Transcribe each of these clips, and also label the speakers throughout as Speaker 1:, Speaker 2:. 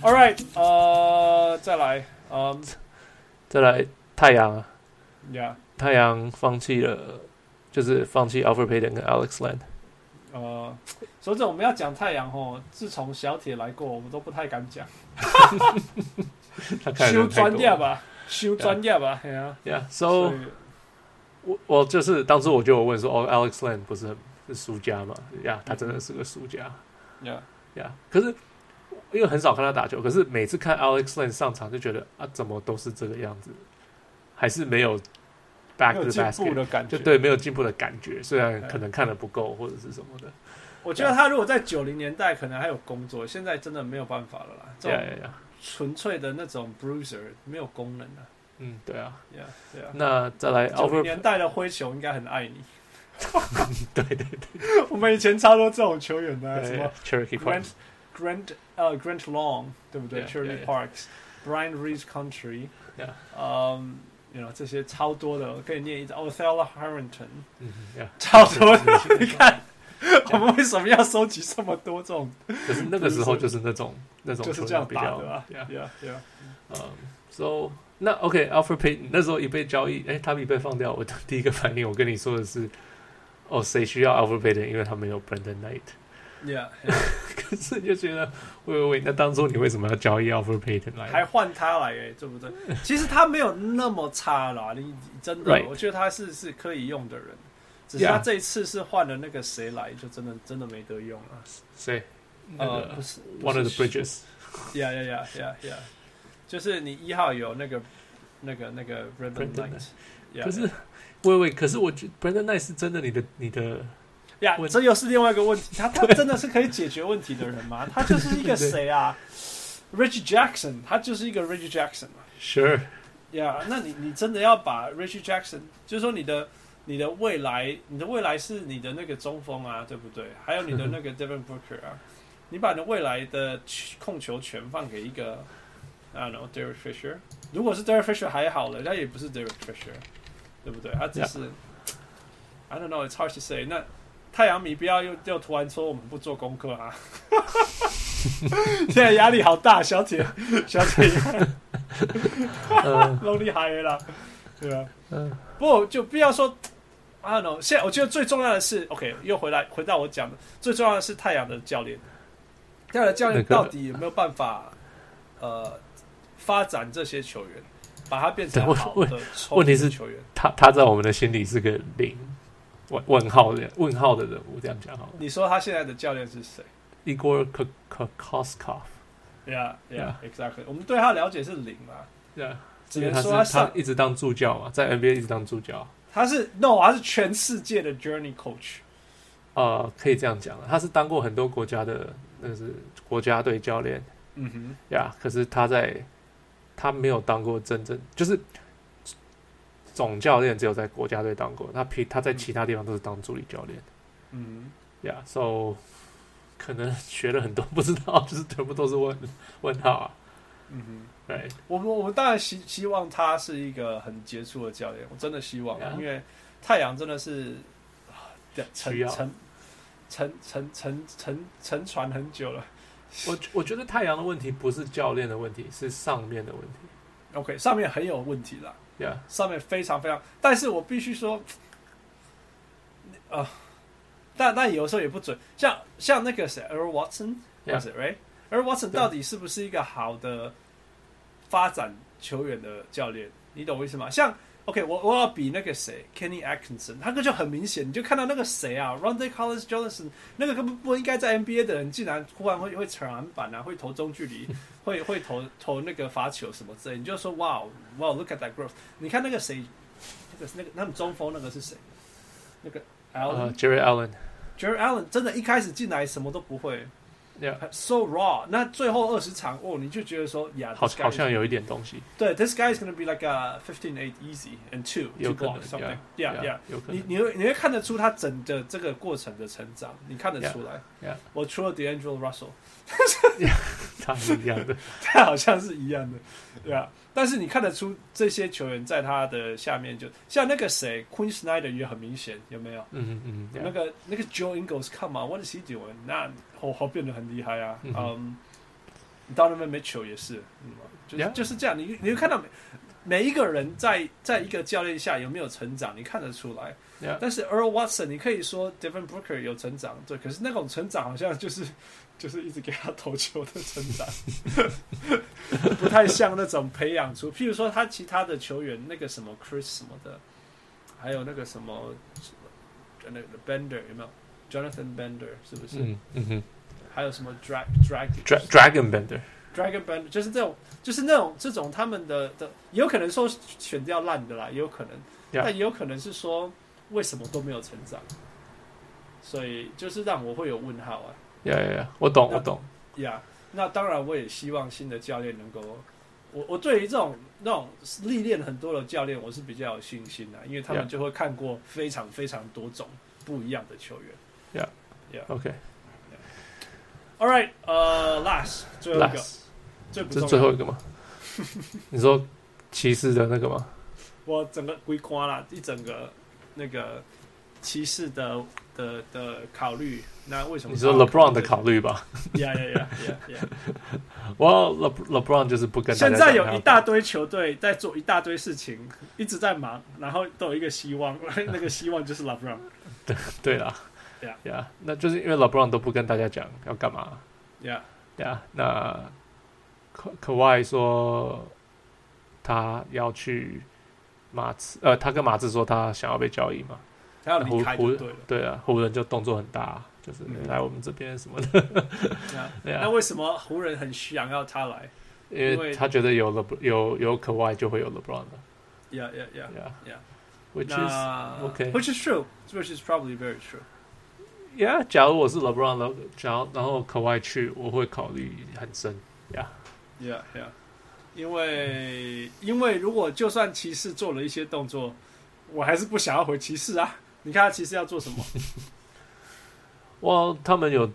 Speaker 1: All right，呃，再来，嗯
Speaker 2: 再来太阳啊，
Speaker 1: ，Yeah，
Speaker 2: 太阳放弃了，就是放弃 Alfred Payton 跟 Alex Land。
Speaker 1: 呃，首先我们要讲太阳哦，自从小铁来过，我们都不太敢讲，
Speaker 2: 他看的
Speaker 1: 修
Speaker 2: 人太
Speaker 1: 专
Speaker 2: 多
Speaker 1: 业
Speaker 2: 了。啊
Speaker 1: 吧，修专业吧，哎呀，
Speaker 2: Yeah，so
Speaker 1: 所以
Speaker 2: 我我就是当初我就有问说，哦，Alex Land 不是很是输家嘛？呀、他真的是个输家。
Speaker 1: ，Yeah，
Speaker 2: 呀、可是因为很少看他打球，可是每次看 Alex Len 上场就觉得啊，怎么都是这个样子，还是没有 back
Speaker 1: 没
Speaker 2: to
Speaker 1: 有
Speaker 2: the
Speaker 1: 进步
Speaker 2: basket，
Speaker 1: 的感
Speaker 2: 就
Speaker 1: 觉。
Speaker 2: 对没有进步的感觉。虽然
Speaker 1: 对
Speaker 2: 可能看的不够或者是什么的，
Speaker 1: 我觉得他如果在九零年代可能还有工作，现在真的没有办法了啦，这
Speaker 2: 呀
Speaker 1: 种
Speaker 2: 呀呀，
Speaker 1: 纯粹的那种 bruiser 没有功能了
Speaker 2: 嗯，对啊。
Speaker 1: ，Yeah，对啊。
Speaker 2: 那再来
Speaker 1: 九零
Speaker 2: Alfred，
Speaker 1: 年代的灰球应该很爱你。
Speaker 2: 对对对
Speaker 1: 我们以前超多这种球员的、啊，什么
Speaker 2: 对，Cherokee
Speaker 1: Grant
Speaker 2: Point，
Speaker 1: Grant 呃 Grant Long 对不对
Speaker 2: Yeah,
Speaker 1: ？Cherry
Speaker 2: yeah, yeah.
Speaker 1: Parks、Brian Reed Country，
Speaker 2: Yeah.
Speaker 1: 嗯，you know 这些超多的，我可以念一张 Othello Harrington，
Speaker 2: 嗯， 呀，
Speaker 1: 超多的。 你 看，我们为什么要收集这么多这种？
Speaker 2: 可是那个时候就是那种那种
Speaker 1: 就是
Speaker 2: 球
Speaker 1: 这样
Speaker 2: 员比
Speaker 1: 打
Speaker 2: 较
Speaker 1: 的吧
Speaker 2: 呀
Speaker 1: ？Yeah yeah，
Speaker 2: 嗯，so Um, 那 OK，Alfred、Payton 那时候一被交易，哎、他一被放掉，我的 第一个反应，我跟你说的是，哦，谁需要 Alfred Payton？因为他没有 Brandon Knight。
Speaker 1: Yeah，
Speaker 2: 可是就觉得，喂喂喂，那当初你为什么要交易 Alfred Payton
Speaker 1: 还
Speaker 2: 来？
Speaker 1: 换他来哎、对不对？其实他没有那么差啦，你你真的
Speaker 2: Right，
Speaker 1: 我觉得他是是可以用的人，只是他
Speaker 2: Yeah
Speaker 1: 这一次是换了那个谁来，就真的真的没得用了。
Speaker 2: 谁？那
Speaker 1: 呃，
Speaker 2: 个
Speaker 1: 不是
Speaker 2: uh, One of the
Speaker 1: 不是
Speaker 2: Bridges。
Speaker 1: Yeah, yeah, yeah, yeah, yeah. 就是你一号有那个、那个、那个 Ribbon
Speaker 2: Brandon
Speaker 1: Light，yeah,
Speaker 2: 可 是，喂喂，可是我觉得 Brandon Knight 是真的你的你的
Speaker 1: 呀
Speaker 2: 我
Speaker 1: 这又是另外一个问题。他他真的是可以解决问题的人吗？他就是一个谁啊？Reggie Jackson，他就是一个 Reggie Jackson 啊嘛。
Speaker 2: Sure。
Speaker 1: 呀、yeah,，那你你真的要把 Reggie Jackson，就是说你的你的未来，你的未来是你的那个中锋啊，对不对？还有你的那个 Devin Booker 啊，你把你的未来的控球权放给一个，I don't know Derek Fisher，如果是 Derek Fisher 还好了，他也不是 Derek Fisher，对不对？他只是 I don't know，it's hard to say。那太阳迷不要又又突然说我们不做功课啊！ 现在压力好大，小铁，小铁
Speaker 2: 呃，
Speaker 1: 都厉害了啦，对啊。
Speaker 2: 嗯
Speaker 1: 不过就不要说，I don't know。现在我觉得最重要的是，OK，又回来回到我讲的，最重要的是太阳的教练，太阳的教练
Speaker 2: 那个
Speaker 1: 到底有没有办法呃发展这些球员，把他变成
Speaker 2: 对
Speaker 1: 好
Speaker 2: 问
Speaker 1: 的
Speaker 2: 问题是
Speaker 1: 球员？
Speaker 2: 他他在我们的心里是个零问问号的问号的人物，这样讲好了。
Speaker 1: 你说他现在的教练是谁
Speaker 2: Igor K K Koskov。
Speaker 1: ？Yeah, yeah, exactly。我们对他了解是零嘛，
Speaker 2: 对啊，
Speaker 1: 只
Speaker 2: 因为
Speaker 1: 能
Speaker 2: 他
Speaker 1: 说他
Speaker 2: 是他
Speaker 1: 上
Speaker 2: 一直当助教嘛，在 NBA 一直当助教。啊
Speaker 1: 他是 no，他是全世界的 journey coach。
Speaker 2: 呃，可以这样讲了，他是当过很多国家的，那是国家队教练。
Speaker 1: 嗯哼，
Speaker 2: 呀可是他在他没有当过真正就是总教练，只有在国家队当过。他其他在其他地方都是当助理教练。
Speaker 1: 嗯
Speaker 2: 呀、s o 可能学了很多，不知道， 就是全部都是问问号啊。
Speaker 1: 哼，嗯哼。
Speaker 2: 对，
Speaker 1: 我们我们当然希希望他是一个很杰出的教练，我真的希望啊
Speaker 2: Yeah.
Speaker 1: 因为太阳真的是啊的
Speaker 2: 需
Speaker 1: 沉
Speaker 2: 要
Speaker 1: 沉沉沉沉沉沉船很久了。
Speaker 2: 我我觉得太阳的问题不是教练的问题，是上面的问题。
Speaker 1: OK，上面很有问题啦，
Speaker 2: 呀、
Speaker 1: 上面非常非常，但是我必须说，啊、但但有时候也不准，像像那个谁，Earl Watson，
Speaker 2: Yeah.
Speaker 1: was it right？Earl Watson
Speaker 2: 对
Speaker 1: 到底是不是一个好的发展球员的教练？你懂我意思吗？像 OK，我我要比那个谁，Kenny Atkinson，他个就很明显，你就看到那个谁啊，Ronde Collins Johnson，那个根本不应该在 NBA 的人，竟然忽然会会抢篮板啊，会投中距离，会会投投那个罚球什么之类，你就说哇哦哇，look at that growth！你看那个谁，那个那个他们中锋那个是谁？那个
Speaker 2: yeah,，
Speaker 1: Allen、
Speaker 2: 呃，Jerry Allen。
Speaker 1: Jerry Allen 真的，一开始进来什么都不会
Speaker 2: Yeah.
Speaker 1: ，so raw。那最后二十场，哦，你就觉得说，呀，
Speaker 2: 好
Speaker 1: this guy
Speaker 2: 好像有一点东西，
Speaker 1: 对，this guy is gonna be like a fifteen eight easy and two
Speaker 2: 有
Speaker 1: two
Speaker 2: 可
Speaker 1: block
Speaker 2: 能
Speaker 1: something。
Speaker 2: 呀
Speaker 1: Yeah,
Speaker 2: 呀
Speaker 1: yeah.
Speaker 2: 有可
Speaker 1: 你
Speaker 2: 能。
Speaker 1: 你会你会看得出他整个这个过程的成长，你看得
Speaker 2: Yeah,
Speaker 1: 出来。
Speaker 2: yeah.
Speaker 1: 我除了 D'Angelo Russell，
Speaker 2: 他是一样的，
Speaker 1: 他好像是一样的，对啊。但是你看得出这些球员在他的下面就，像那个谁 Queen Snyder 也很明显，有没有？
Speaker 2: 嗯嗯嗯
Speaker 1: 那
Speaker 2: ，yeah，
Speaker 1: 个那个 Joe Ingles，come on，what is he doing？那我我变得很厉害啊。
Speaker 2: 嗯
Speaker 1: 嗯、
Speaker 2: 哼
Speaker 1: Donovan Mitchell 也是，嗯就是
Speaker 2: Yeah.
Speaker 1: 就是这样，你你会看到每每一个人在在一个教练下有没有成长，你看得出来。
Speaker 2: Yeah.
Speaker 1: 但是 Earl Watson，你可以说 Devin Booker 有成长，对，可是那种成长好像就是 就是一直给他投球的成长， 不太像那种培养出，譬如说他其他的球员那个什么 Chris 什么的，还有那个什么呃那个 Bender 有没有？Jonathan Bender 是不是？
Speaker 2: 嗯嗯哼
Speaker 1: 还有什么 Drag Drag
Speaker 2: ，Dra Dragon Bender，
Speaker 1: Dragon Band 就是这种，就是那种这种他们的的，也有可能说选掉烂的啦，也有可能
Speaker 2: Yeah.
Speaker 1: 但也有可能是说为什么都没有成长，所以就是让我会有问号啊
Speaker 2: 呀呀呀，我懂
Speaker 1: 那
Speaker 2: 我懂，
Speaker 1: 呀。Yeah, 那当然，我也希望新的教练能够，我我对于这种那种历练很多的教练，我是比较有信心的，因为他们
Speaker 2: Yeah.
Speaker 1: 就会看过非常非常多种不一样的球员。
Speaker 2: OK，
Speaker 1: All right，呃、l a s t 最后一个
Speaker 2: last
Speaker 1: 最不
Speaker 2: 这
Speaker 1: 重
Speaker 2: 是
Speaker 1: 要
Speaker 2: 最后一 个吗？你说骑士的那个吗？
Speaker 1: 我整个归瓜啦，一整个那个骑士的的的考虑，那为什么
Speaker 2: 你说 LeBron 的考
Speaker 1: 虑
Speaker 2: 虑吧？
Speaker 1: 呀呀呀呀呀！
Speaker 2: 我 Le LeBron 就是 不跟大
Speaker 1: 现
Speaker 2: 家
Speaker 1: 在
Speaker 2: 讲
Speaker 1: 有
Speaker 2: 他
Speaker 1: 一大堆球队在做一大堆事情，一直在忙，然后都有一个希望， 那个希望就是 LeBron。
Speaker 2: 对啦，
Speaker 1: Yeah
Speaker 2: 呀，那就是因为 LeBron 都不跟大家讲要干嘛，
Speaker 1: 呀
Speaker 2: 呀，那可可外说他要去马刺，呃，他跟马刺说他想要被交易嘛，
Speaker 1: 他要离开就对了。
Speaker 2: 对啊，湖人就动作很大，就是、
Speaker 1: 嗯
Speaker 2: 来我们这边什 么的，
Speaker 1: 那
Speaker 2: 对啊
Speaker 1: 那，为什么湖人很想要他来？
Speaker 2: 因
Speaker 1: 为
Speaker 2: 为他觉得有 Le 有有可外就会有 LeBron 的
Speaker 1: 呀呀呀！
Speaker 2: ，Yeah
Speaker 1: Yeah
Speaker 2: which is
Speaker 1: 那
Speaker 2: okay
Speaker 1: which is true, which is probably very true.
Speaker 2: yeah，假如我是 LeBron，然后假如然后可外去，我会考虑很深
Speaker 1: Yeah, yeah. 因为因为如果就算骑士做了一些动作，我还是不想要回骑士啊。你看他骑士要做什么？
Speaker 2: 哇，他们有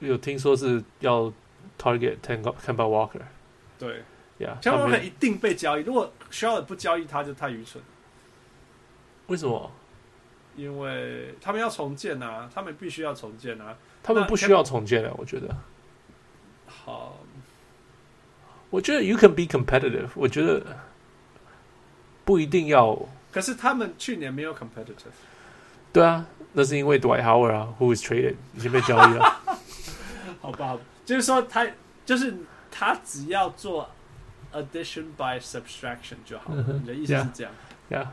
Speaker 2: 有听说是要 target Kemba Kemba Walker，yeah，
Speaker 1: 对，
Speaker 2: 他
Speaker 1: 乔王
Speaker 2: 们
Speaker 1: 肯一定被交易。如果 s h a r l o t 不交易他，就太愚蠢了，
Speaker 2: 为什么
Speaker 1: 因为他们要重建啊，他们必须要重建啊。
Speaker 2: 他们
Speaker 1: 那
Speaker 2: 不需要重建了？我觉得，
Speaker 1: 好，
Speaker 2: 我觉得 you can be competitive，我觉得不一定要，
Speaker 1: 可是他们去年没有 competitive。
Speaker 2: 对啊，那是因为 Dwight Howard 啊，who is traded 已经被交易 了
Speaker 1: 好吧，就是说他就是他只要做 addition by subtraction 就好了。你的意思是
Speaker 2: Yeah.
Speaker 1: 这样？
Speaker 2: ，yeah，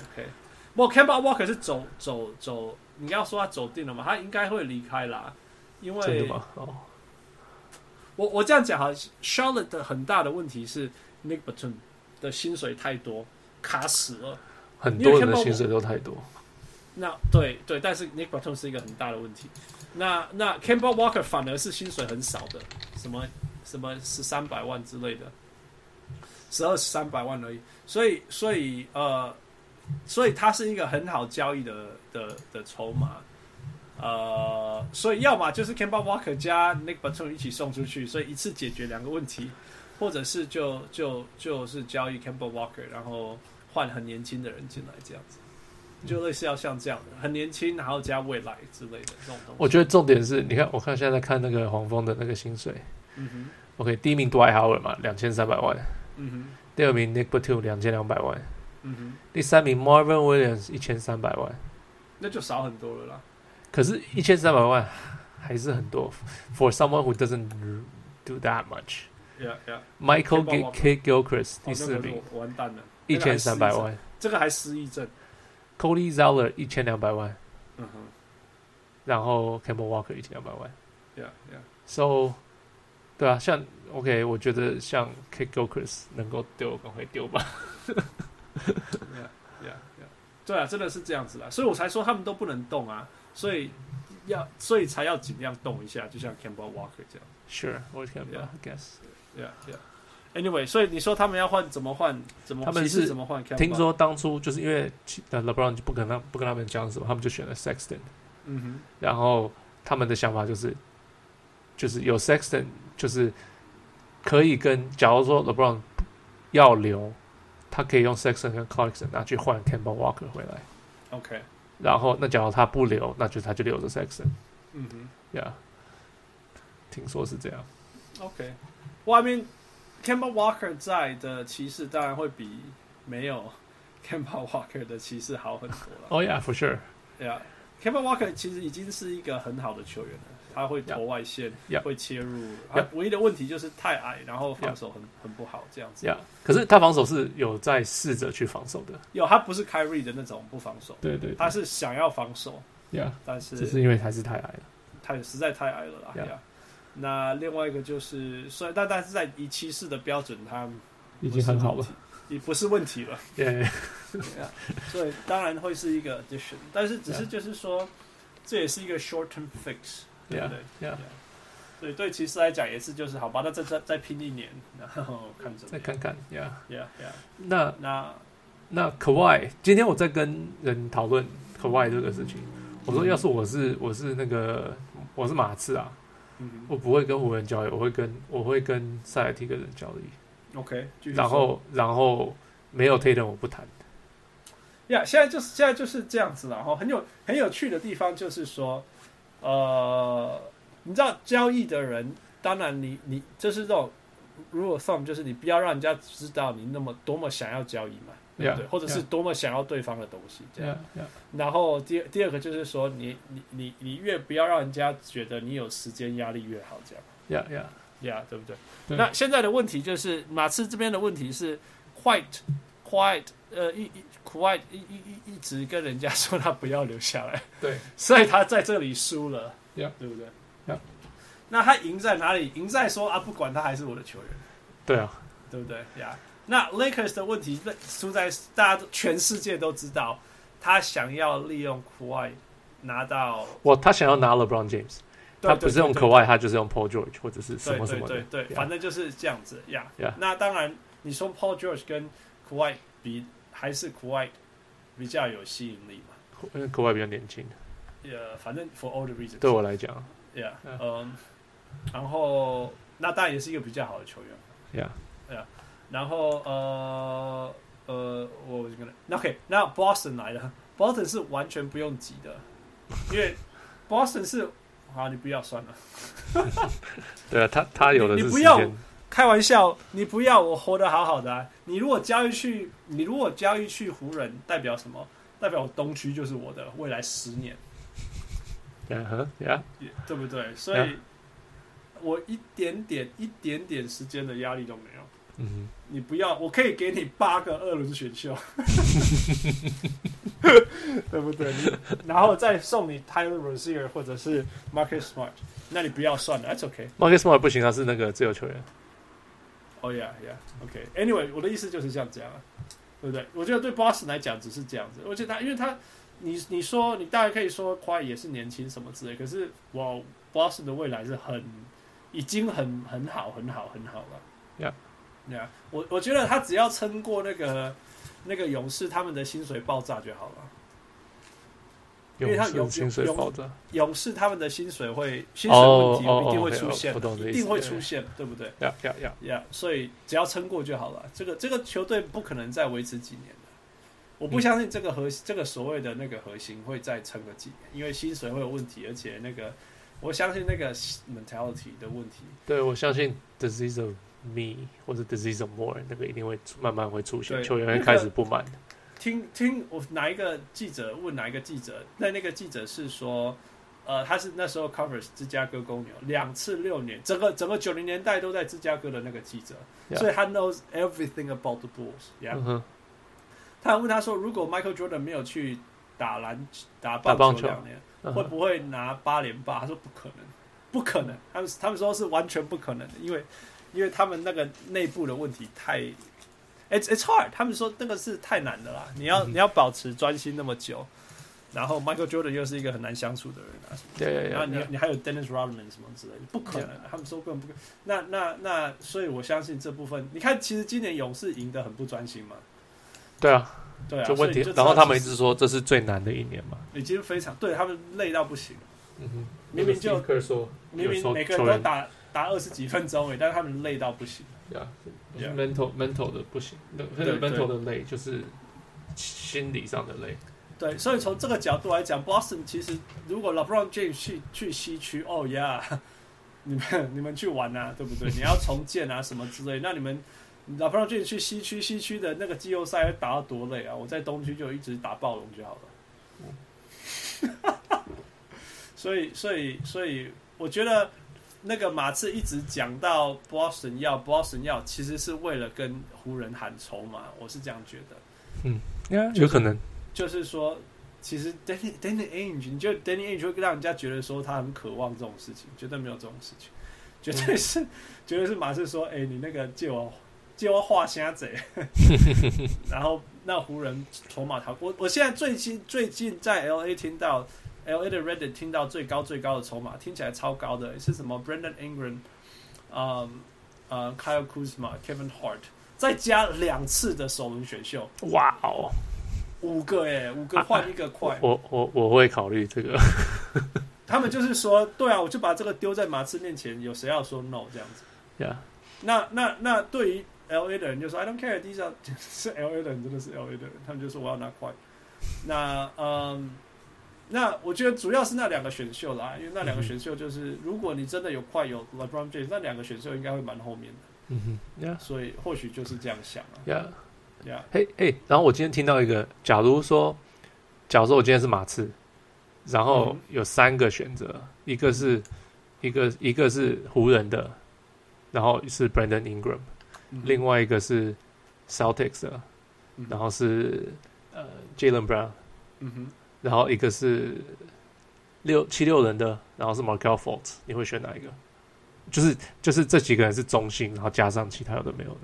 Speaker 1: OK，不过 Kemba Walker 是走走走，你要说他走定了嘛？他应该会离开啦，因
Speaker 2: 真的
Speaker 1: 为
Speaker 2: 吗？哦，
Speaker 1: 我我这样讲哈，Charlotte 的很大的问题是 Nick Batum 的薪水太多，卡死了。
Speaker 2: 很多人
Speaker 1: 因为
Speaker 2: 的
Speaker 1: Kemba
Speaker 2: 薪水都太多，
Speaker 1: 那对对，但是 Nick Batum 是一个很大的问题。那那 Kemba Walker 反而是薪水很少的，什么什么十三百万之类的，十二十三百万而已。所以所以呃，所以他是一个很好交易的的的筹码。呃，所以要么就是 Kemba Walker 加 Nick Batum 一起送出去，所以一次解决两个问题，或者是就就就是交易 Kemba Walker，然后换很年轻的人进来这样子。就类似要像这样的，很年轻，然后加未来之类的这种东西。
Speaker 2: 我觉得重点是，你看，我看现在在看那个黄蜂的那个薪水
Speaker 1: 嗯哼，
Speaker 2: ，OK，第一名 Dwight Howard 嘛，两千三百万，
Speaker 1: 嗯哼，
Speaker 2: 第二名 Nick Batum 两千两百万。
Speaker 1: 嗯哼，
Speaker 2: 第三名 Marvin Williams 一千三百万，
Speaker 1: 那就少很多了啦。
Speaker 2: 可是，一千三百万还是很多。For someone who doesn't do that much,
Speaker 1: Yeah, yeah。
Speaker 2: Michael
Speaker 1: Kemba Walker
Speaker 2: K. Gilchrist 第
Speaker 1: 哦，那
Speaker 2: 四
Speaker 1: 个
Speaker 2: 名
Speaker 1: 我完蛋了，
Speaker 2: 一千三百万
Speaker 1: 这个还失忆症。
Speaker 2: ，Cody Zeller 一千两百万，
Speaker 1: 嗯哼
Speaker 2: 然后 Kemba Walker 一千两百万。
Speaker 1: ，Yeah, yeah。
Speaker 2: So，对啊，像 OK，我觉得像 K. Gilchrist 能够丢，赶快丢吧。
Speaker 1: Yeah, yeah, yeah. 对啊，真的是这样子啦，所以我才说他们都不能动啊，所以要，所以才要尽量动一下，就像 Campbell Walker 这样。
Speaker 2: Sure, or Kemba,
Speaker 1: Yeah.
Speaker 2: I guess.
Speaker 1: Yeah, yeah. Anyway，所以你说他们要换怎么换？怎么
Speaker 2: 他们
Speaker 1: 骑士
Speaker 2: 是
Speaker 1: 怎么换 Campbell？
Speaker 2: 听，说当初就是因为呃 LeBron 就不跟他不跟他们讲什么，他们就选了 Sexton。
Speaker 1: 嗯哼，
Speaker 2: 然后他们的想法就是，就是有 Sexton，就是可以跟，假如说 LeBron 要留，他可以用 Sexton 跟 Clarkson 拿去换 Campbell Walker 回来。
Speaker 1: OK，
Speaker 2: 然后那假如他不留，那就他就留着 Sexton。
Speaker 1: 嗯哼。
Speaker 2: Yeah，听说是这样。
Speaker 1: OK，well, I mean, Kemba Walker 在的骑士当然会比没有 Kemba Walker 的骑士好很多了。
Speaker 2: Oh yeah, for sure.
Speaker 1: Yeah, Kemba Walker 其实已经是一个很好的球员了，他会投外线
Speaker 2: Yeah.
Speaker 1: 会切入。
Speaker 2: Yeah.
Speaker 1: 他唯一的问题就是太矮，然后防守很很不好这样子。
Speaker 2: Yeah，可是他防守是有在试着去防守的。
Speaker 1: 有他不是 Kyrie 的那种不防守，
Speaker 2: 对对
Speaker 1: 他是想要防守，
Speaker 2: ，Yeah，
Speaker 1: 但
Speaker 2: 只
Speaker 1: 是
Speaker 2: 是因为还是太矮了。
Speaker 1: 太实在太矮了啦。
Speaker 2: Yeah.
Speaker 1: Yeah. 那另外一个就是，所以但但是在以骑士的标准，他
Speaker 2: 已经很好了。
Speaker 1: 也不是问题了。
Speaker 2: Yeah，
Speaker 1: 所以当然会是一个 addition，但是只是
Speaker 2: Yeah.
Speaker 1: 就是说，这也是一个 short term fix，对不
Speaker 2: yeah,
Speaker 1: 对？
Speaker 2: yeah.
Speaker 1: 所以对骑士来讲也是就是好吧，那再再再拼一年，然后看怎么
Speaker 2: 再
Speaker 1: 样。
Speaker 2: 看看，Yeah。
Speaker 1: Yeah, yeah.
Speaker 2: 那
Speaker 1: 那
Speaker 2: 那 Kawhi，今天我在跟人讨论 Kawhi 这个事情，我说要是我是我是那个我是马刺啊，
Speaker 1: 嗯
Speaker 2: 我不会跟湖人交易，我会跟我会跟塞尔提克人交易，
Speaker 1: ，OK，继续说。
Speaker 2: 然后然后没有 Tatum 我不谈。
Speaker 1: 呀现在就是现在就是这样子了，然后很有很有趣的地方就是说，呃，你知道交易的人，当然你你就是这种 rule of thumb，就是你不要让人家知道你那么多么想要交易嘛，对
Speaker 2: Yeah，
Speaker 1: 不对或者是多么想要对方的东西这样。
Speaker 2: Yeah, yeah,
Speaker 1: 然后第二第二个就是说你，你你你越不要让人家觉得你有时间压力越好，这样
Speaker 2: yeah, yeah.
Speaker 1: 呀对不对？
Speaker 2: 对
Speaker 1: 那现在的问题就是，马刺这边的问题是，White White 呃一一 White 一一一一直跟人家说他不要留下来，
Speaker 2: 对，
Speaker 1: 所以他在这里输了
Speaker 2: Yeah
Speaker 1: 对不对
Speaker 2: Yeah
Speaker 1: 那他赢在哪里？赢在说啊，不管他还是我的球员，
Speaker 2: 对啊，
Speaker 1: 对不对呀那 Lakers 的问题出在大家都全世界都知道，他想要利用 Kawhi 拿到，
Speaker 2: 我他想要拿 LeBron James，
Speaker 1: 对
Speaker 2: 他不是用
Speaker 1: 对
Speaker 2: Kawhi，他就是用 Paul George 或者是什
Speaker 1: 对
Speaker 2: 么什
Speaker 1: 对
Speaker 2: 么
Speaker 1: 对
Speaker 2: 的。
Speaker 1: 对对，
Speaker 2: Yeah
Speaker 1: 反正就是这样子呀。
Speaker 2: Yeah
Speaker 1: 那当然，你说 Paul George 跟 Kawhi 比，还是 Kawhi 比较有吸引力嘛？
Speaker 2: 因为 Kawhi 比较年轻，
Speaker 1: 呃，反正 for all the reasons，
Speaker 2: 对我来讲啊
Speaker 1: ，Yeah，
Speaker 2: Yeah
Speaker 1: 嗯，然后那当然也是一个比较好的球员。
Speaker 2: ，Yeah，
Speaker 1: 然后呃呃，我我就跟那 OK，那 Boston 来了，Boston 是完全不用急的，因为 Boston 是好，你不要算了，
Speaker 2: 对啊，他他有的
Speaker 1: 你
Speaker 2: 是
Speaker 1: 不
Speaker 2: 时
Speaker 1: 要
Speaker 2: 间。
Speaker 1: 开玩笑，你不要我活得好好的、啊，你如果交易去，你如果交易去湖人，代表什么？代表我东区就是我的未来十年，
Speaker 2: 嗯哼，Yeah，
Speaker 1: 也对不对？所以，我一点点一点点时间的压力都没有。
Speaker 2: 嗯
Speaker 1: 你不要，我可以给你八个二轮选秀， 对不对？你然后再送你 Tyler Rozier 或者是 Marcus Smart，那你不要算了，That's okay。
Speaker 2: ，Marcus Smart 不行，他是那个自由球员。
Speaker 1: Oh yeah, yeah, OK. Anyway，我的意思就是这样这样啊，对不对？我觉得对 Boston 来讲只是这样子，而且他因为他，你你说你当然可以说 q u 也是年轻什么之类，可是我 Boston 的未来是很已经很很好很好很好了。Yeah, yeah. 我我觉得他只要撑过那个那个勇士，他们的薪水爆炸就好了。因为他有
Speaker 2: 勇士薪水
Speaker 1: 有
Speaker 2: 爆炸，
Speaker 1: 勇士他们的薪水会薪水问
Speaker 2: 哦
Speaker 1: 题
Speaker 2: 哦
Speaker 1: 一定会
Speaker 2: 哦
Speaker 1: 出
Speaker 2: ，OK，
Speaker 1: 现啊
Speaker 2: 我懂你的
Speaker 1: 一
Speaker 2: 意思
Speaker 1: 定会
Speaker 2: 对
Speaker 1: 出现，对不对？
Speaker 2: 呀呀呀，
Speaker 1: 呀所以只要撑过就好了。这个这个球队不可能再维持几年了，我不
Speaker 2: 嗯
Speaker 1: 相信这个核、这个所谓的那个核心会再撑个几年，因为薪水会有问题，而且那个我相信那个 mentality 的问题。
Speaker 2: 对我相信 disease of me 或者 disease of more 那个一定会出慢慢会出现，
Speaker 1: 对
Speaker 2: 球员
Speaker 1: 那
Speaker 2: 会
Speaker 1: 个
Speaker 2: 开始不满。
Speaker 1: 听听我哪一个记者问哪一个记者，那那个记者是说，呃，他是那时候 covers 芝加哥公牛两次六年，整个整个九零年代都在芝加哥的那个记者
Speaker 2: Yeah
Speaker 1: 所以他 knows everything about the Bulls，yeah、
Speaker 2: 嗯哼，
Speaker 1: 他还问他说，如果 Michael Jordan 没有去打篮打
Speaker 2: 打棒
Speaker 1: 棒
Speaker 2: 球
Speaker 1: 球两年，
Speaker 2: 嗯
Speaker 1: 会
Speaker 2: 哼
Speaker 1: 不会拿八连霸？他说不可能，不可能。他们他们说是完全不可能的，因为因为他们那个内部的问题太，it's it's hard。他们说那个是太难的啦，你要
Speaker 2: 嗯
Speaker 1: 你要保持专心那么久。然后 Michael Jordan 又是一个很难相处的人啊，什么
Speaker 2: 对对
Speaker 1: 然后你
Speaker 2: 对对，
Speaker 1: 你还有 Dennis Rodman 什么之类的，不可能啊，他们说根本不可能。那那那，所以我相信这部分，你看，其实今年勇士赢得很不专心嘛，
Speaker 2: 对啊，
Speaker 1: 对啊，
Speaker 2: 这问
Speaker 1: 所
Speaker 2: 题
Speaker 1: 以就，知道
Speaker 2: 然后他们一
Speaker 1: 其实
Speaker 2: 直说这是最难的一年嘛。
Speaker 1: 已经非常对他们累到不行了，
Speaker 2: 嗯哼，
Speaker 1: 明明就
Speaker 2: 克说，
Speaker 1: 明
Speaker 2: 有时候
Speaker 1: 明每个人
Speaker 2: 球
Speaker 1: 都
Speaker 2: 员
Speaker 1: 打打二十几分钟诶，但是他们累到不行。
Speaker 2: 呀
Speaker 1: Yeah
Speaker 2: mental mental 的不行，那那
Speaker 1: 对对
Speaker 2: 个 mental 的累就是心理上的累。
Speaker 1: 对，所以从这个角度来讲，Boston 其实如果 LeBron James 去去西区，哦呀， 你们 你们去玩啊，对不对？你要重建啊什么之类，那你们老朋友就去西区，西区的那个季后赛会打到多累啊！我在东区就一直打暴龙就好了。 所以，所以，所以，我觉得那个马刺一直讲到 Boston 要 Boston 要，其实是为了跟湖人喊筹码，我是这样觉得。
Speaker 2: Yeah，有可能，
Speaker 1: 就是说，其实 Danny Danny Ainge，你就 Danny Ainge 会让人家觉得说他很渴望这种事情，绝对没有这种事情，绝对是、绝对是马刺说，哎、你那个借我借我画虾贼， 然后那湖人筹码逃，我我现在最近最近在 L A 听到 L A 的 Reddit 听到最高最高的筹码，听起来超高的是什么？Brandon Ingram，嗯呃，Kyle Kuzma、Kevin Hart，再加两次的首轮选秀。
Speaker 2: 哇哦！
Speaker 1: 五个哎、五
Speaker 2: 啊
Speaker 1: 个换一个快。
Speaker 2: 我我我会考虑这个，
Speaker 1: 他们就是说，对啊，我就把这个丢在马刺面前，有谁要说 no 这样子？
Speaker 2: 呀，
Speaker 1: 那那那对于 L A 的人就说 I don't care，地上 是 L A 的人，真的是 L A 的人，他们就说我要拿快。那嗯，那我觉得主要是那两个选秀啦，因为那两个
Speaker 2: 嗯哼
Speaker 1: 选秀就是，如果你真的有快有 LeBron James，那两个选秀应该会蛮后面的，
Speaker 2: 嗯哼，呀
Speaker 1: 所以或许就是这样想啊，
Speaker 2: 呀，
Speaker 1: 对啊，
Speaker 2: 嘿嘿，然后我今天听到一个，假如说，假如说我今天是马刺，然后
Speaker 1: 嗯
Speaker 2: 有三个选择，一个是一个一个是湖人的，然后是 Brandon Ingram，
Speaker 1: 嗯
Speaker 2: 另外一个是 Celtics 的，
Speaker 1: 嗯
Speaker 2: 然后是呃 Jalen Brown，
Speaker 1: 嗯哼，
Speaker 2: 然后一个是六七六人的，然后是 Markel f o l t 你会选哪一个？就是就是这几个人是中心，然后加上其他有的没有的。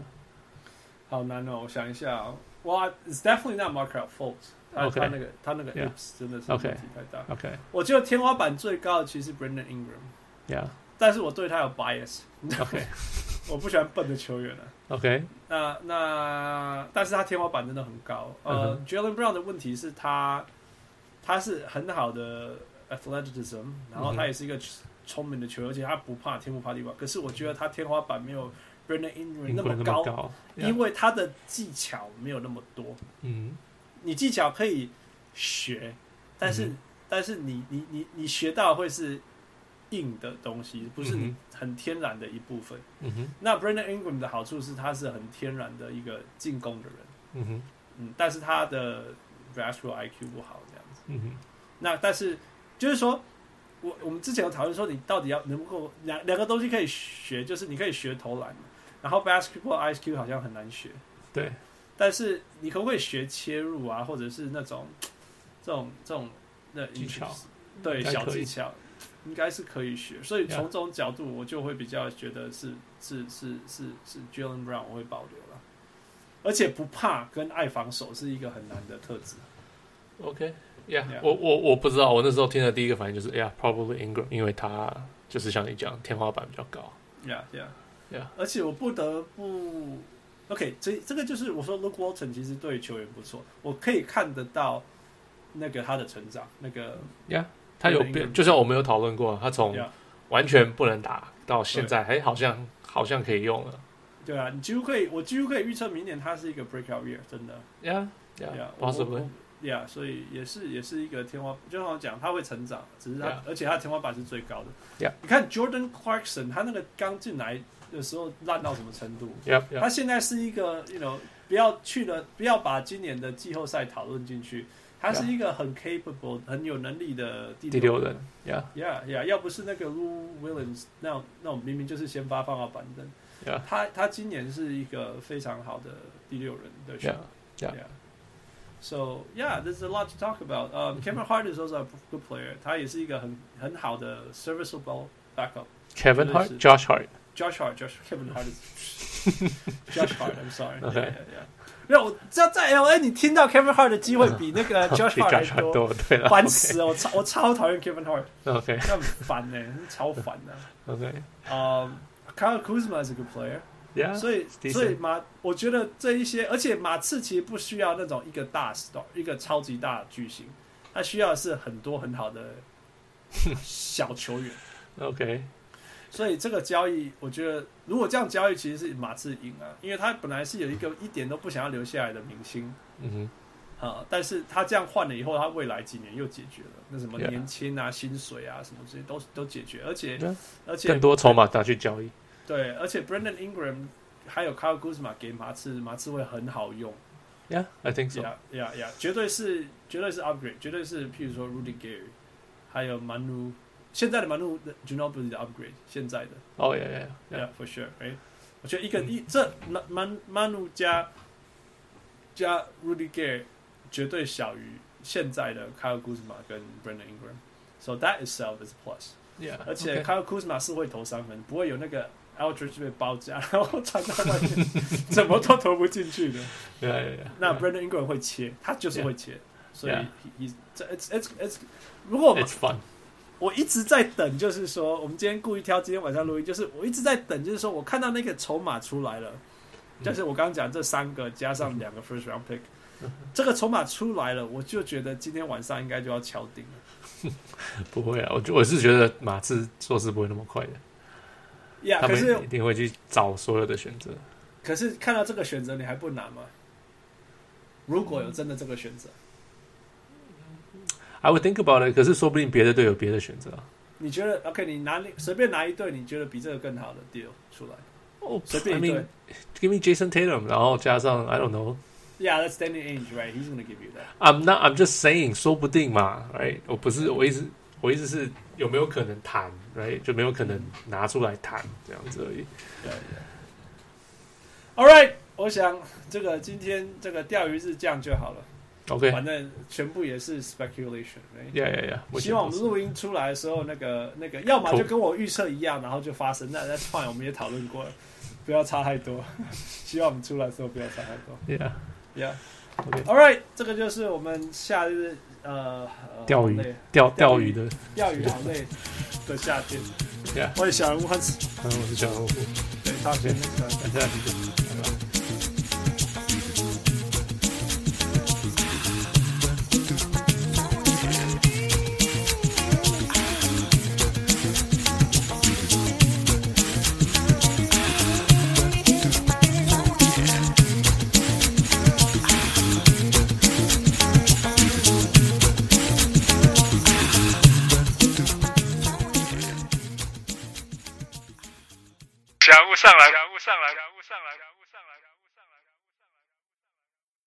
Speaker 1: 好难哦，我想一下、哦，哇，It's definitely not Mark o u fault，他
Speaker 2: OK
Speaker 1: 他那个他那个
Speaker 2: Yeah
Speaker 1: hips 真的是问题
Speaker 2: OK
Speaker 1: 太大。
Speaker 2: OK，Yeah，、
Speaker 1: 我觉得天花板最高的其实是 Brandon Ingram，但是我对他有 bias，
Speaker 2: OK
Speaker 1: 我不喜欢笨的球员啊。
Speaker 2: OK，
Speaker 1: 那那，但是他天花板真的很高。呃、
Speaker 2: 嗯
Speaker 1: j a l e n Brown 的问题是他他是很好的 athleticism，然后
Speaker 2: 嗯哼
Speaker 1: 他也是一个聪明的球员，而且他不怕天不怕地吧。可是我觉得他天花板没有 Brandon Ingram
Speaker 2: 英
Speaker 1: 那
Speaker 2: 国人
Speaker 1: 么
Speaker 2: 那
Speaker 1: 高，
Speaker 2: 么高，
Speaker 1: 因为他的技巧没有那么多。
Speaker 2: 嗯
Speaker 1: 你技巧可以学，但是、
Speaker 2: 嗯
Speaker 1: 但是你你你你学到会是硬的东西，不是你
Speaker 2: 嗯
Speaker 1: 很天然的一部分。
Speaker 2: 嗯哼
Speaker 1: 那 Brandon Ingram 的好处是他是很天然的一个进攻的人，
Speaker 2: 嗯哼
Speaker 1: 嗯，但是他的 basketball IQ 不好这样子。
Speaker 2: 嗯哼
Speaker 1: 那但是就是说。我我们之前有讨论说，你到底要能够两两个东西可以学，就是你可以学投篮，然后 basketball IQ 好像很难学，
Speaker 2: 对，
Speaker 1: 但是你可不可以学切入啊，或者是那种这种这种那
Speaker 2: 技巧，
Speaker 1: 对
Speaker 2: 应该
Speaker 1: 小
Speaker 2: 可以
Speaker 1: 技巧，应该是可以学。所以
Speaker 2: Yeah
Speaker 1: 从这种角度，我就会比较觉得是是是是是 Jalen Brown 我会保留了，而且不怕跟爱防守是一个很难的特质。
Speaker 2: OK。Yeah，,
Speaker 1: Yeah
Speaker 2: 我我我不知道，我那时候听的第一个反应就是，Yeah，probably Ingram，因为他就是像你讲，天花板比较高。
Speaker 1: Yeah, yeah,
Speaker 2: Yeah
Speaker 1: 而且我不得不，OK，这这个就是我说 Luke Walton 其实对球员不错，我可以看得到那个他的成长，那个
Speaker 2: 他有
Speaker 1: Ingram
Speaker 2: 变，就像我们有讨论过，他从
Speaker 1: Yeah
Speaker 2: 完全不能打到现在，哎，好像好像可以用了。
Speaker 1: 对啊，你几乎可以，我几乎可以预测明年它是一个 breakout year，真的。
Speaker 2: Yeah,
Speaker 1: 对
Speaker 2: yeah,
Speaker 1: 啊我
Speaker 2: possibly.
Speaker 1: 我 Yeah，所以也是也是一个天花，就像我讲，它会成长，只是它
Speaker 2: Yeah
Speaker 1: 而且它天花板是最高的。
Speaker 2: Yeah
Speaker 1: 你看 Jordan Clarkson，他那个刚进来的时候烂到什么程度？
Speaker 2: Yep, yep.
Speaker 1: 他现在是一个，you know，不要去了，不要把今年的季后赛讨论进去。他是
Speaker 2: Yeah
Speaker 1: 一个很 capable、很有能力的第
Speaker 2: 第六人，Yeah,
Speaker 1: Yeah, yeah，要不是那个 Lou Williams 那种那种明明就是先发放到板凳
Speaker 2: Yeah
Speaker 1: 他他今年是一个非常好的第六人的选
Speaker 2: yeah.
Speaker 1: 手 yeah. So
Speaker 2: Yeah
Speaker 1: yeah, there's a lot to talk about. Um,
Speaker 2: Mm-hmm.
Speaker 1: Kevin Hart is also a good player，他也是一个很很好的 serviceable backup。
Speaker 2: Kevin
Speaker 1: 真的
Speaker 2: Hart,
Speaker 1: 是
Speaker 2: Josh Hart.
Speaker 1: Josh Hart, Josh Kevin Hart is Josh Hart. I'm sorry.
Speaker 2: Okay.
Speaker 1: Yeah, yeah, yeah. 没有，我知道在 L A 你听到 Kevin Hart 的机会比那个 Josh
Speaker 2: 比
Speaker 1: Hart
Speaker 2: Josh
Speaker 1: 还多，
Speaker 2: Hart 多，对了
Speaker 1: 烦死了！我超我超讨厌 Kevin Hart。
Speaker 2: ，OK
Speaker 1: 那很烦呢、超烦的、
Speaker 2: OK
Speaker 1: 啊。嗯、k y l e Kuzma is a good player，、
Speaker 2: Yeah，
Speaker 1: 所以
Speaker 2: decent
Speaker 1: 所以马，我觉得这一些，而且马刺其实不需要那种一个大 star，一个超级大的巨星，他需要的是很多很好的小球员。
Speaker 2: OK
Speaker 1: 所以这个交易，我觉得如果这样交易，其实是马刺赢啊，因为他本来是有一个一点都不想要留下来的明星，
Speaker 2: 嗯哼
Speaker 1: 啊，但是他这样换了以后，他未来几年又解决了那什么
Speaker 2: Yeah.
Speaker 1: 年薪啊、薪水啊什么这些都都解决，而且
Speaker 2: Yeah.
Speaker 1: 而且
Speaker 2: 更多筹码拿去交易。
Speaker 1: 对，而且 Brandon Ingram 还有 Kyle Kuzma 给马刺，马刺会很好用。
Speaker 2: Yeah, I think so.
Speaker 1: Yeah, yeah, yeah，绝对是，绝对是 upgrade，绝对是，譬如说 Rudy Gary，还有 Manu，现在的 Manu Ginobili 的 upgrade，现在的
Speaker 2: Oh yeah, yeah, yeah. 嗯
Speaker 1: ，Yeah，for sure，哎、我觉得一个一这 Man Manu 加加 Rudy Gary 绝对小于现在的 Kyle Kuzma 跟 Brandon Ingram，so that itself is a plus。
Speaker 2: Yeah，
Speaker 1: 而且
Speaker 2: 啊 OK
Speaker 1: Kyle Kuzma 是会投三分，不会有那个 Aldridge 被包夹，然后传到外 面，怎么都投不进去的。
Speaker 2: yeah, yeah, yeah,
Speaker 1: 那
Speaker 2: yeah.
Speaker 1: Brandon Ingram 会切，他就是会切，所以
Speaker 2: Yeah.
Speaker 1: he- he's 这 it's it's it's 如果我们
Speaker 2: it's fun.
Speaker 1: 我一直在等，就是说我们今天故意挑今天晚上录音，就是我一直在等，就是说我看到那个筹码出来了，
Speaker 2: 嗯
Speaker 1: 就是我刚刚讲这三个加上两个 first round pick，
Speaker 2: 嗯
Speaker 1: 这个筹码出来了，我就觉得今天晚上应该就要敲定了。
Speaker 2: 不会啊，我就我是觉得马刺做事不会那么快的，
Speaker 1: 呀、
Speaker 2: 他
Speaker 1: 可是
Speaker 2: 们一定会去找所有的选择。
Speaker 1: 可是看到这个选择，你还不拿吗？如果有真的这个选择，
Speaker 2: I would think about it，可是说不定别的队有别的选择啊。
Speaker 1: 你觉得 OK？你拿随便拿一队，你觉得比这个更好的 deal 出来？
Speaker 2: 哦，
Speaker 1: 随便
Speaker 2: I
Speaker 1: 一队
Speaker 2: mean, give me Jason Tatum，然后加上 I don't know。
Speaker 1: Yeah, that's Danny Ainge, right? He's gonna give you that.
Speaker 2: I'm not. I'm just saying，说不定嘛，right？我不是，我一直，我意思是有没有可能谈，right？就没有可能拿出来谈这样子而已。
Speaker 1: Yeah, yeah. All right，我想这个今天这个钓鱼日这样就好了，反
Speaker 2: OK，yeah，yeah，yeah，
Speaker 1: 正全部也是 speculation、right?。
Speaker 2: 目前
Speaker 1: 希望我
Speaker 2: 都
Speaker 1: 们
Speaker 2: 是
Speaker 1: 录音出来的时候，那个那个，要么就跟我预测一样，然后就发生。那 That's fine，我们也讨论过了，不要差太多。 希望我们出来的时候不要差太多。
Speaker 2: ，yeah。
Speaker 1: Yeah.
Speaker 2: OK
Speaker 1: All right，这个就是我们夏日呃呃
Speaker 2: 钓
Speaker 1: 行
Speaker 2: 鱼
Speaker 1: 类，
Speaker 2: 钓
Speaker 1: 钓
Speaker 2: 钓
Speaker 1: 鱼
Speaker 2: 鱼的，
Speaker 1: 钓鱼行类的夏天。
Speaker 2: Yeah
Speaker 1: 我是小人物汉斯，
Speaker 2: 嗯，我是小老虎，
Speaker 1: 对，大学那个。
Speaker 2: 大家理解。
Speaker 3: 小物上来，小物上来，小物上来。